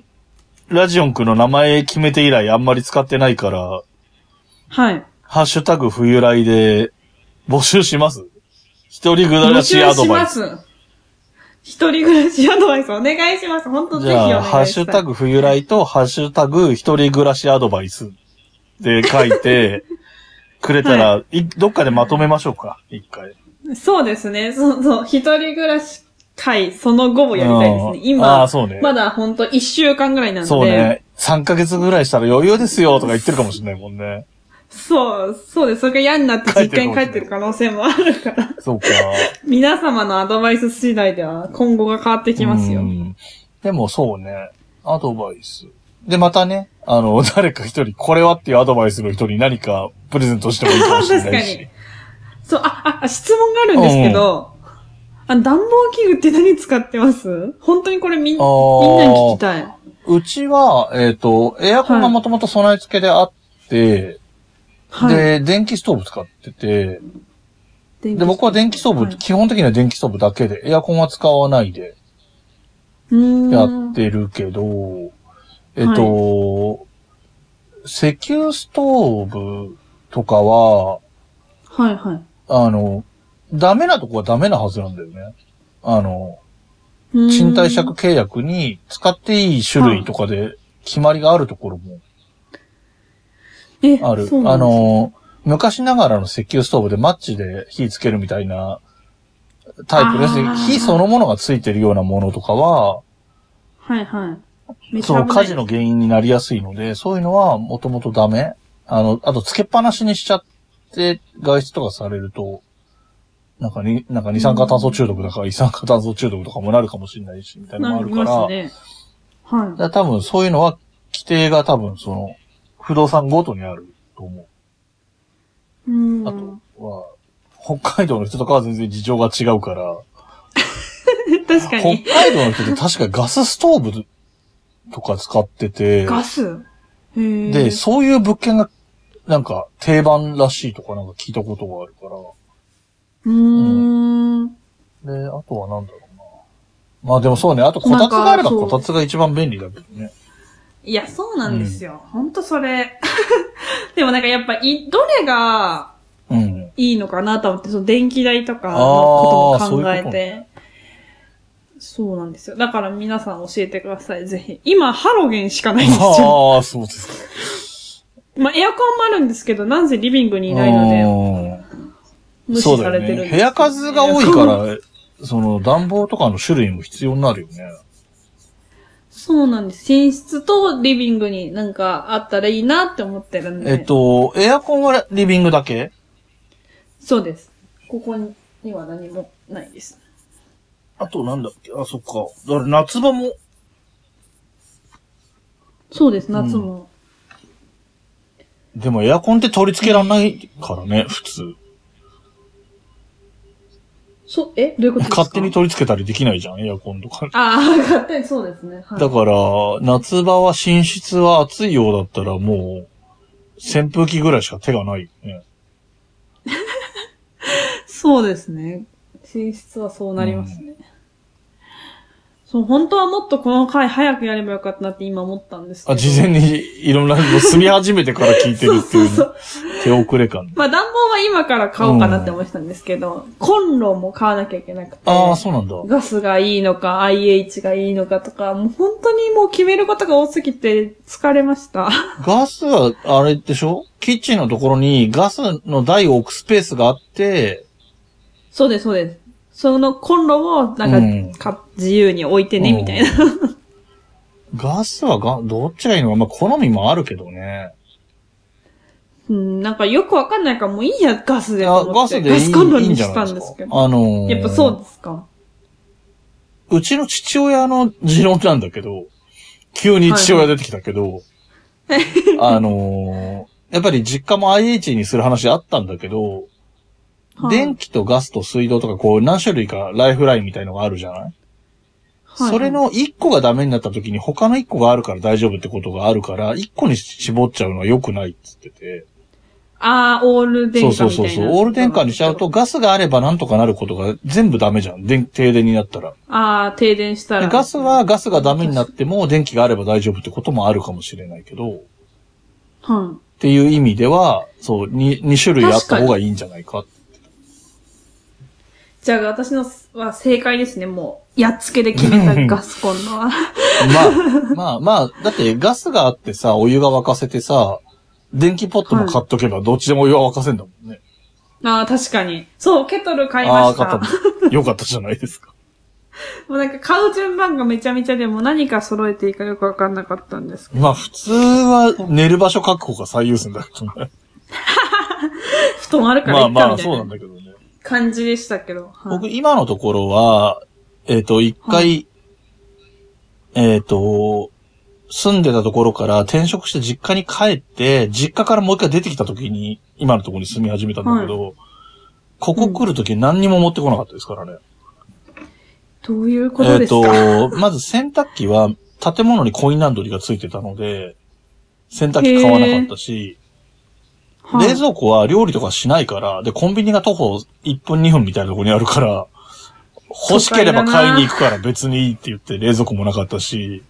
Speaker 1: ラジオンくんの名前決めて以来あんまり使ってないから、
Speaker 2: はい。
Speaker 1: ハッシュタグ冬来で募集します一人暮
Speaker 2: 募
Speaker 1: らし
Speaker 2: 集
Speaker 1: アド
Speaker 2: し
Speaker 1: バイ
Speaker 2: ま
Speaker 1: ス。
Speaker 2: す。一人暮らしアドバイスお願いします。本当ぜ
Speaker 1: じ
Speaker 2: ひお願いし
Speaker 1: ゃあ、
Speaker 2: ます。
Speaker 1: ハッシュタグ冬来とハッシュタグ一人暮らしアドバイスで書いて くれたら、いどっかでまとめましょうか。一回。
Speaker 2: そうですね。そうそう。一人暮らし会、その後をやりたいです
Speaker 1: う
Speaker 2: ね
Speaker 1: ん。あ
Speaker 2: 今
Speaker 1: あ、、そうね。
Speaker 2: まだほんと一週間ぐらいなんで。
Speaker 1: そうね。3ヶ月ぐらいしたら余裕ですよとか言ってるかもしれないもんね。
Speaker 2: そう、そうです。それが嫌になって実家に帰ってる可能性もあるから。
Speaker 1: そうか。
Speaker 2: 皆様のアドバイス次第では今後が変わってきますよ
Speaker 1: う。んでもそうね。アドバイス。で、またね、あの、 誰か一人、これはっていうアドバイスの人に何かプレゼントしてもいいかもしれない
Speaker 2: 確
Speaker 1: し。
Speaker 2: そう、あ、あ、あ質問があるんですけど、あの暖房器具って何使ってます本当にこれみんみんなに聞きたい。
Speaker 1: うちは、えっ、と、エアコンがもともと備え付けであって、
Speaker 2: はい。
Speaker 1: で、電気ストーブ使ってて、
Speaker 2: で
Speaker 1: で、僕は電気ストーブ、
Speaker 2: はい
Speaker 1: 基本的には電気ストーブだけで、エアコンは使わないでやってるけど、えっ、と、石油ストーブとかは、
Speaker 2: はいはい。
Speaker 1: あの、ダメなとこはダメなはずなんだよね。あの、
Speaker 2: うん
Speaker 1: 賃貸借契約に使っていい種類とかで決まりがあるところも
Speaker 2: え、
Speaker 1: ある。
Speaker 2: そうな
Speaker 1: あ
Speaker 2: んですね
Speaker 1: の、昔ながらの石油ストーブでマッチで火つけるみたいなタイプです
Speaker 2: あ。ー
Speaker 1: 火そのものがついてるようなものとかは、
Speaker 2: はいはい。めっち
Speaker 1: そ
Speaker 2: ゃ
Speaker 1: の
Speaker 2: 危な
Speaker 1: 火
Speaker 2: い
Speaker 1: 事の原因になりやすいので、そういうのはもともとダメ。あの、あと、つけっぱなしにしちゃって、外出とかされると、なんかに、なんか二酸化炭素中毒だから、一酸化炭素中毒とかもなるかもしれないし、みたいなのもあるから、
Speaker 2: なりますね。は
Speaker 1: だから多分そういうのは、規定が多分その、不動産ごとにあると思
Speaker 2: い。うん。
Speaker 1: あとう。は、北海道の人とかは全然事情が違うから、
Speaker 2: 確か
Speaker 1: 北
Speaker 2: に。
Speaker 1: 海道の人って確かガスストーブとか使ってて、
Speaker 2: ガスへー
Speaker 1: で、そういう物件が、なんか、定番らしいとかなんか聞いたことがあるか
Speaker 2: うーん。
Speaker 1: ら。で、あとはなんだろうな。まあでもそうね、あとこたつがあれば
Speaker 2: なんかそ
Speaker 1: こ
Speaker 2: う
Speaker 1: たつが一番便利だけどね。
Speaker 2: いや、そうなんですよ。ほんとそれ。 でもなんかやっぱ、い、どれが
Speaker 1: うん。
Speaker 2: いいのかなと思って、その電気代とかのことも考え
Speaker 1: あーそう
Speaker 2: て。そうなんですよ。だから皆さん教えてください、ぜひ。今、ハロゲンしかないんです よ。
Speaker 1: ああ、そうですか。
Speaker 2: まあ、エアコンもあるんですけど、なんせリビングにいないので、
Speaker 1: で。
Speaker 2: 無
Speaker 1: そ
Speaker 2: 視
Speaker 1: う
Speaker 2: さ
Speaker 1: だ
Speaker 2: れ
Speaker 1: よ
Speaker 2: てるんですよ、
Speaker 1: ね。部屋数が多いから、その暖房とかの種類も必要になるよね。
Speaker 2: そうなんです。寝室とリビングになんかあったらいいなって思ってるんで。
Speaker 1: えっ。と、エアコンはリビングだけ
Speaker 2: そうです。ここには何もないです。
Speaker 1: あとなんだっけあ、そっか。だから夏場も、
Speaker 2: そうです、夏も。
Speaker 1: でもエアコンって取り付けられないからね、普通。
Speaker 2: そ、えどういうことですか
Speaker 1: 勝手に取り付けたりできないじゃん、エアコンとか。
Speaker 2: ああ、勝手にそうですね。はい、
Speaker 1: だから、夏場は寝室は暑いようだったらもう、扇風機ぐらいしか手がないよね。
Speaker 2: そうですね。寝室はそうなりますね。そう、本当はもっとこの回早くやればよかったなって今思ったんですけど。
Speaker 1: あ、事前にいろんな、もう住み始めてから聞いて
Speaker 2: そ
Speaker 1: る
Speaker 2: う
Speaker 1: って
Speaker 2: そ
Speaker 1: いうう
Speaker 2: そ
Speaker 1: ね
Speaker 2: う。
Speaker 1: 手遅れ感。
Speaker 2: まあ暖房は今から買おうかなって思ってたんですけど、コンロも買わなきゃいけなくて。
Speaker 1: ああ、そうなんだ。
Speaker 2: ガスがいいのか、IH がいいのかとか、もう本当にもう決めることが多すぎて疲れま した。
Speaker 1: ガスは、あれでしょキッチンのところにガスの台を置くスペースがあって、
Speaker 2: そうです、そうです。そのコンロを、なんか、
Speaker 1: うん
Speaker 2: か自由に置いてね、
Speaker 1: うん
Speaker 2: みたいな。
Speaker 1: ガスはが、どっちがいいのか、まあ、好みもあるけどね。
Speaker 2: うん、なんかよくわかんないから、もういいや、ガス
Speaker 1: い
Speaker 2: で
Speaker 1: や、
Speaker 2: と思
Speaker 1: ガ
Speaker 2: っ
Speaker 1: ス
Speaker 2: て。
Speaker 1: でいい
Speaker 2: コンロ
Speaker 1: いいん
Speaker 2: に
Speaker 1: じゃ
Speaker 2: し
Speaker 1: な
Speaker 2: た
Speaker 1: い
Speaker 2: ん
Speaker 1: で
Speaker 2: ですす
Speaker 1: か
Speaker 2: け。ど。
Speaker 1: あのー
Speaker 2: やっぱそうですか。
Speaker 1: うちの父親の持論なんだけど、急に父親出てきたけど、あのーやっぱり実家も IH にする話あったんだけど、
Speaker 2: はい
Speaker 1: 電気とガスと水道とかこう何種類かライフラインみたいのがあるじゃない、
Speaker 2: はい
Speaker 1: それ、の1個がダメになった時に他の1個があるから大丈夫ってことがあるから、1個に絞っちゃうのは良くないって言ってて。
Speaker 2: ああ、オール電
Speaker 1: そう
Speaker 2: 化みた
Speaker 1: そ
Speaker 2: いうな。
Speaker 1: そうそう。オール電化にしちゃうと。ガスがあればなんとかなることが全部ダメじゃん。電停電になったら。
Speaker 2: ああ、停電したら。
Speaker 1: でガスは、ガスがダメになっても電気があれば大丈夫ってこともあるかもしれないけど、っ
Speaker 2: は
Speaker 1: ていう意味では、そう、2, 2種類あった方がいいんじゃないか。
Speaker 2: い。じゃあ、私のは正解ですね、もう。やっつけで決めたガスコンロ は。
Speaker 1: まあ、まあまあ、だってガスがあってさ、お湯が沸かせてさ、電気ポットも買っとけばどっちでもお湯は沸かせんだもんね。
Speaker 2: ああ、確かに。そう、ケトル買い
Speaker 1: あ
Speaker 2: ま
Speaker 1: あ、
Speaker 2: した。
Speaker 1: 買ったの。よかったじゃないですか。
Speaker 2: もうなんか買う順番がめちゃめちゃでも何か揃えていいかよくわかんなかったんですけ
Speaker 1: まあ普通は寝る場所確保が最優先だけどね。
Speaker 2: ど、布団あるか
Speaker 1: ま
Speaker 2: ら
Speaker 1: あ
Speaker 2: いっか
Speaker 1: ま
Speaker 2: み
Speaker 1: あ、
Speaker 2: た
Speaker 1: そうないん
Speaker 2: な
Speaker 1: だけどね。
Speaker 2: 感じでしたけど。はい
Speaker 1: 僕、今のところは、えっ、と、一回、
Speaker 2: は
Speaker 1: えっ、と、住んでたところから転職して実家に帰って、実家からもう一回出てきた時に、今のところに住み始めたんだけど、ここ来る時何にも持ってこなかったですからね。
Speaker 2: どういうこ
Speaker 1: え
Speaker 2: と
Speaker 1: っ、
Speaker 2: ですか、
Speaker 1: と、まず洗濯機は建物にコインランドリーがついてたので、洗濯機買わなかったし、
Speaker 2: はい
Speaker 1: 冷蔵庫は料理とかしないから、で、コンビニが徒歩1分2分みたいなとこにあるから、欲しければ買いに行くから別にいいって言って冷蔵庫もなかったし、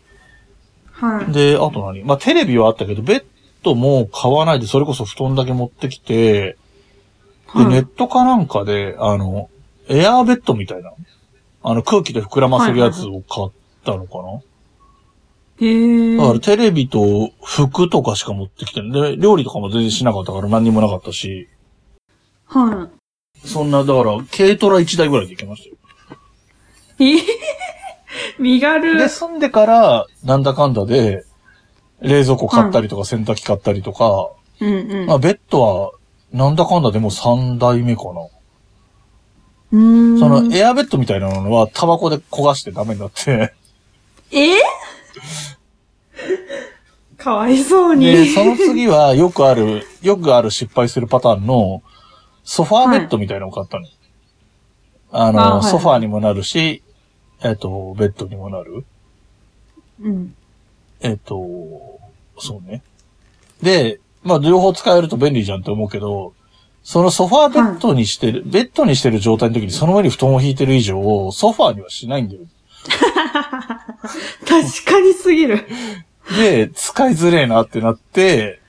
Speaker 2: はい。
Speaker 1: で、あと何まあ、テレビはあったけど、ベッドも買わないで、それこそ布団だけ持ってきて、で、
Speaker 2: はい
Speaker 1: ネットかなんかで、あの、エアーベッドみたいな、あの、空気で膨らませるやつを買ったのかな、
Speaker 2: へえ。
Speaker 1: だからテレビと服とかしか持ってきてない。で、料理とかも全然しなかったから何にもなかったし、
Speaker 2: は
Speaker 1: そんな、だから、軽トラ1台ぐらいで行きましたよ。
Speaker 2: い。え へへへ身軽。
Speaker 1: で、住んでから、なんだかんだで、冷蔵庫買ったりとか洗濯機買ったりとか、
Speaker 2: うんうん。
Speaker 1: まあ、ベッドは、なんだかんだでもう3台目かな。
Speaker 2: うーん。
Speaker 1: その、エアベッドみたいなのは、タバコで焦がしてダメにな って、
Speaker 2: え かわいそうに。
Speaker 1: で、その次は、よくある、よくある失敗するパターンの、ソファーベッドみたいなのを買ったの。あの、
Speaker 2: あはい
Speaker 1: ソファーにもなるし、えっと、ベッドにもなる。
Speaker 2: うん。
Speaker 1: えっと、そうね。で、まあ、両方使えると便利じゃんって思うけど、そのソファーベッドにしてる、ベッドにしてる状態の時にその上に布団を引いてる以上、ソファーにはしないんだよ。
Speaker 2: 確かにすぎる。
Speaker 1: で、使いづれえなってなって、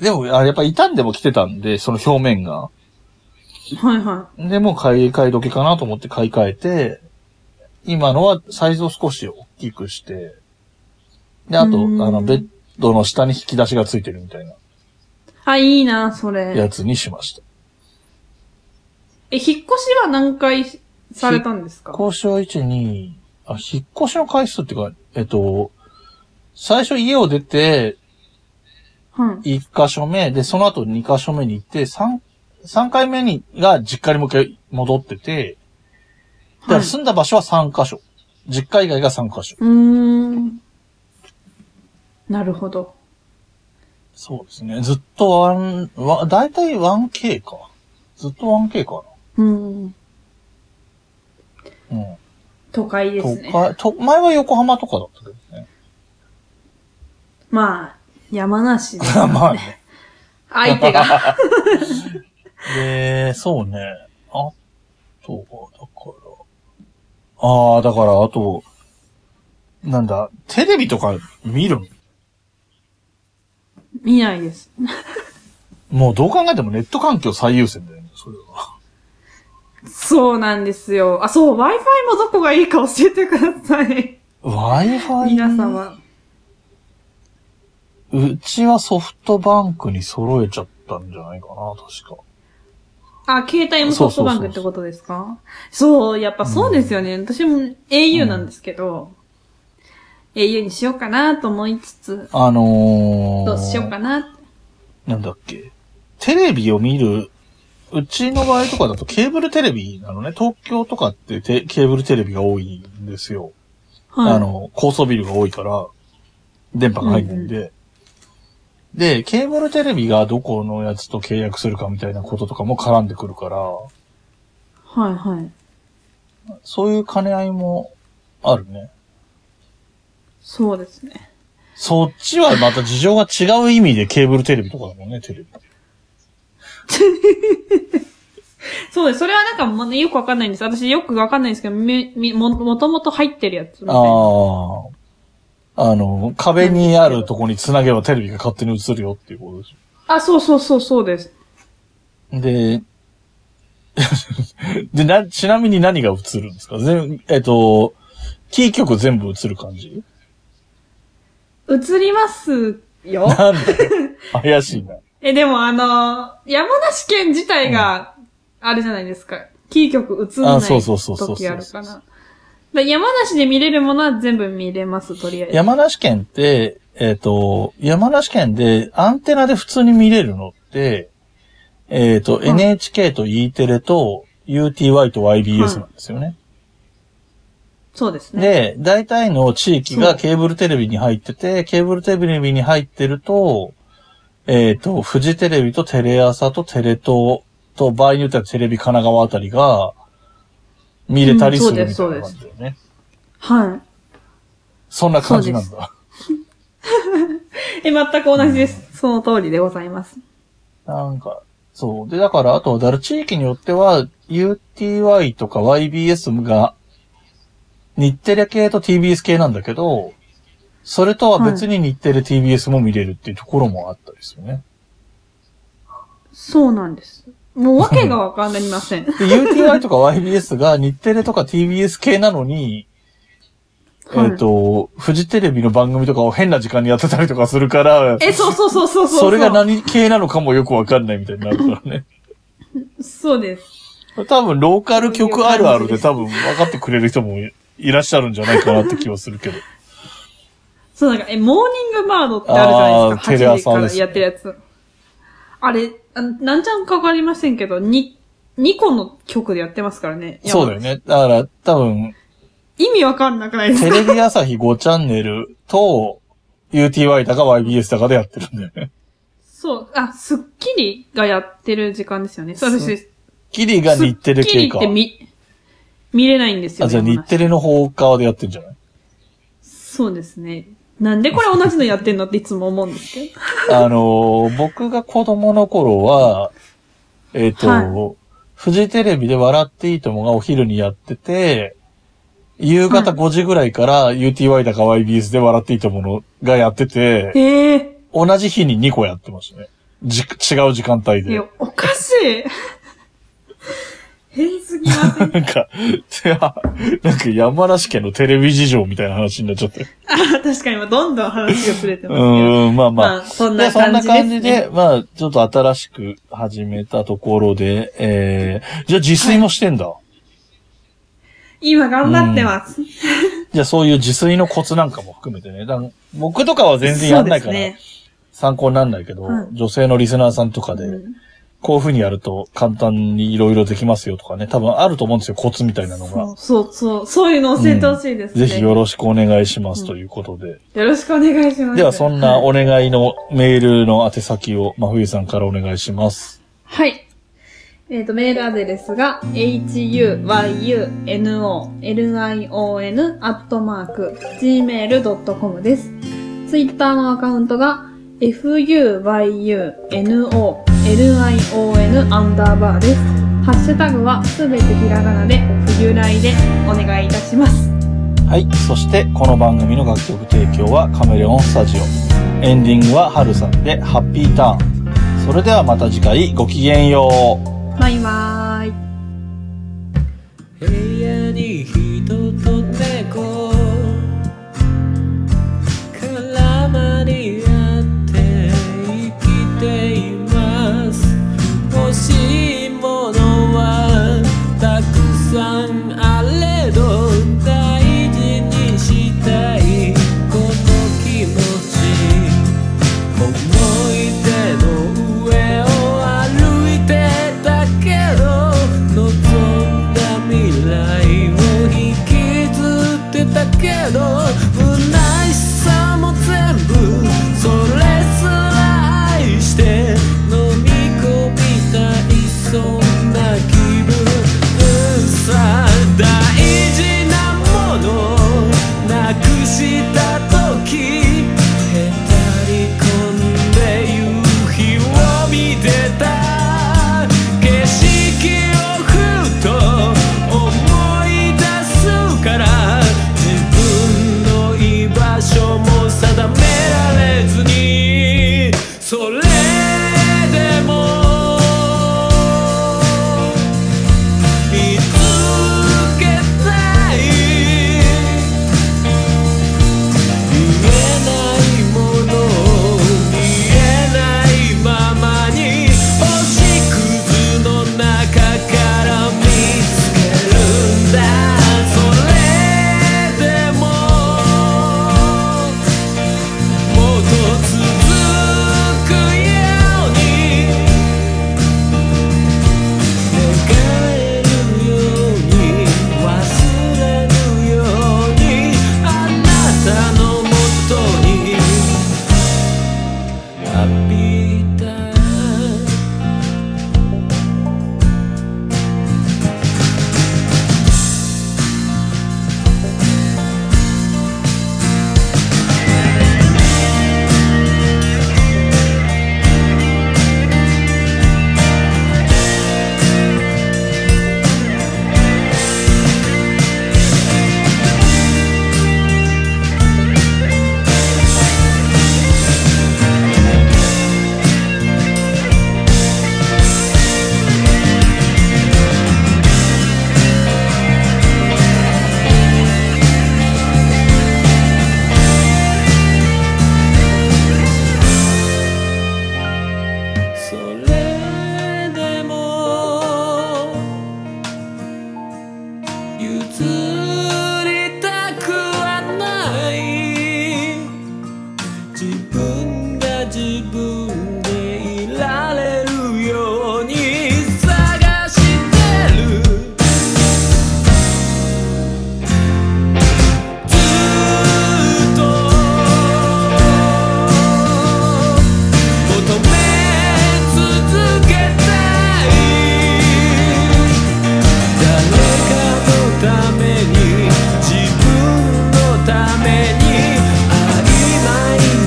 Speaker 1: でも、あやっぱ傷んでも来てたんで、その表面が。
Speaker 2: はいは
Speaker 1: で、もう買い替え時かなと思って買い替えて、今のはサイズを少し大きくして、で、あと、あ
Speaker 2: うん。
Speaker 1: の、ベッドの下に引き出しがついてるみたいない
Speaker 2: あ、いいな、それ。
Speaker 1: やつにしました。
Speaker 2: え、引っ越しは何回されたんですか
Speaker 1: 交渉1、2、あ、引っ越しの回数っていうか、えっと、最初家を出て、
Speaker 2: はい。
Speaker 1: 1箇所目、で、その後2箇所目に行って、3、3回目に、が実家に向け、戻ってて、だか
Speaker 2: はい
Speaker 1: ら住んだ場所は3箇所。実家以外が3箇所。
Speaker 2: うーん。なるほど。
Speaker 1: そうですね。ずっとワン、わ、だいたい 1K か。ずっと 1K か
Speaker 2: うん。
Speaker 1: な。うん。
Speaker 2: 都会で
Speaker 1: 都
Speaker 2: すね。
Speaker 1: 会、と、前は横浜とかだったけどね。
Speaker 2: まあ、山梨 です。
Speaker 1: まあね。
Speaker 2: 相手が。
Speaker 1: で、そうね。あとは、だから。ああ、だから、あと、なんだ、テレビとか見る
Speaker 2: 見ないです。
Speaker 1: もうどう考えてもネット環境最優先だよね、それは。
Speaker 2: そうなんですよ。あ、そう、Wi-Fi もどこがいいか教えてください。
Speaker 1: Wi-Fi?
Speaker 2: 皆。様。
Speaker 1: うちはソフトバンクに揃えちゃったんじゃないかな、確か。
Speaker 2: あ、携帯もソフトバンクってことですかそうやっぱそうですよね。私も au なんですけど、au にしようかなと思いつつ、
Speaker 1: あのー、
Speaker 2: どうしようかな。
Speaker 1: なんだっけ。テレビを見る、うちの場合とかだとケーブルテレビなのね。東京とかっててケーブルテレビが多いんですよ。
Speaker 2: はい。
Speaker 1: あの、高層ビルが多いから、電波が入ってんで、で、ケーブルテレビがどこのやつと契約するかみたいなこととかも絡んでくるから、
Speaker 2: はいはい。
Speaker 1: そういう兼ね合いもあるね。
Speaker 2: そうですね。
Speaker 1: そっちはまた事情が違う意味でケーブルテレビとかだもんね、テレビ。
Speaker 2: そうです。それはなんかもうねよくわかんないんです。私よくわかんないんですけど、み、み、も、もともと入ってるやつみたいな。
Speaker 1: ああ。あの、壁にあるとこに繋げばテレビが勝手に映るよっていうことです
Speaker 2: あ、そうそうそう、そうです。
Speaker 1: で、 で、な、ちなみに何が映るんですか全、えっと、キー局全部映る感じ
Speaker 2: 映りますよ。
Speaker 1: なんで怪しいな。
Speaker 2: え、でもあのー山梨県自体が、あれじゃないですか。キー局映んない
Speaker 1: あそうそうそうそうそう
Speaker 2: 時あるかな。だから山梨で見れるものは全部見れます、とりあえず。
Speaker 1: 山梨県って、えっ、と、山梨県でアンテナで普通に見れるのって、えっ、と、
Speaker 2: い
Speaker 1: NHK と E テレと UTY と YBS なんですよね。
Speaker 2: そうですね。
Speaker 1: で、大体の地域
Speaker 2: そ
Speaker 1: が
Speaker 2: う
Speaker 1: ケーブルテレビに入ってて、ケーブルテレビに入ってると、えっ、と、フジテレビとテレ朝とテレ東と、場合によってはテレビ神奈川あたりが見れたりするみたいな感じだよね。
Speaker 2: は
Speaker 1: そんな感じなんだ。
Speaker 2: い。え、全く同じです。その通りでございます。
Speaker 1: なんか、そう。で、だから、あと、だから地域によっては、UTY とか YBS が、日テレ系と TBS 系なんだけど、それとは別に日テレ TBS も見れるっていうところもあったりするね。
Speaker 2: そうなんです。もう訳がわかんなりま せん。
Speaker 1: で UTY とか YBS が日テレとか TBS 系なのに、
Speaker 2: はい
Speaker 1: えっ、と、フジテレビの番組とかを変な時間にやってたりとかするから、
Speaker 2: え、そうそうそうそうそう。
Speaker 1: それが何系なのかもよくわかんないみたいになるからね。
Speaker 2: そうです。
Speaker 1: 多分、ローカル局あるあるで多分分かってくれる人もいらっしゃるんじゃないかなって気はするけど。
Speaker 2: そう、なんか、え、モーニングバードってあるじゃないですか。
Speaker 1: あーテレ
Speaker 2: 8時
Speaker 1: 朝
Speaker 2: か
Speaker 1: で
Speaker 2: ら
Speaker 1: すね
Speaker 2: やってるやつ。あれ、あなんちゃんかかりませんけど、に、2個の曲でやってますからね。いや
Speaker 1: そうだよ。ね。だから、多分、
Speaker 2: 意味わかんなくないです
Speaker 1: テ
Speaker 2: か
Speaker 1: レビ朝日5チャンネルと、UTY だか YBS だかでやってるんだよね。
Speaker 2: そう、あ、スッキリがやってる時間ですよね。そう、私、ス
Speaker 1: キリが日テレ
Speaker 2: ッキ
Speaker 1: 系
Speaker 2: リ
Speaker 1: か
Speaker 2: っ。て見、見れないんですよ、
Speaker 1: あ、
Speaker 2: ね。
Speaker 1: じゃあ日テレの方側でやってるんじゃない
Speaker 2: そうですね。なんでこれ同じのやってんのっていつも思うんですけど。
Speaker 1: あのー、僕が子供の頃は、えっ、と、
Speaker 2: は
Speaker 1: フジテレビで笑っていいともがお昼にやってて、夕方5時ぐらいから UTY だか YBS で笑っていいとものがやってて、
Speaker 2: ええ
Speaker 1: 同じ日に2個やってましたね。じ、違う時間帯
Speaker 2: い
Speaker 1: で
Speaker 2: や。、おかしい。 変すぎません。
Speaker 1: なんか、 てあなんか山梨県のテレビ事情みたいな話になっちゃって。
Speaker 2: あ、確かに今どんどん話がずれて
Speaker 1: う
Speaker 2: ますけど。
Speaker 1: ーん、まあまあ。
Speaker 2: まあ、そん
Speaker 1: で、
Speaker 2: な
Speaker 1: そん
Speaker 2: 感
Speaker 1: な
Speaker 2: じです、ね。
Speaker 1: 感じで、まあ、ちょっと新しく始めたところで、えー、じゃあ自炊もしてんだ。
Speaker 2: 今頑張ってます。
Speaker 1: じゃあそういう自炊のコツなんかも含めてね。だ僕とかは全然やんないから、
Speaker 2: そうですね
Speaker 1: 参考になんないけど、
Speaker 2: うん
Speaker 1: 女性のリスナーさんとかで、
Speaker 2: うん
Speaker 1: こういう風にやると簡単にいろいろできますよとかね、多分あると思うんですよ、コツみたいなの
Speaker 2: そ
Speaker 1: が。
Speaker 2: うそうそう、そういうの教えてほしいですね、
Speaker 1: ぜひよろしくお願いしますということで。
Speaker 2: よろしくお願いします。
Speaker 1: では、そんなお願いのメールの宛先を、真冬さんからお願いします。
Speaker 2: はい。えっ、と、メールアドレスが、huyunolion アットマーク gmail.com です。ツイッターのアカウントが、fuyunolion アンダーバーです。ハッシュタグはすべてひらがなで、冬来でお願いいたします。
Speaker 1: はい。そして、この番組の楽曲提供はカメレオンスタジオ。エンディングはハルさんで、ハッピーターン。それではまた次回、ごきげんよう。
Speaker 2: バイバーイ。
Speaker 3: 部屋に人と猫絡まり合って生きています欲しいものはたくさんあれど大事にしたいこの気持ち思い出の上を歩いてたけど望んだ未来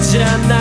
Speaker 3: じゃな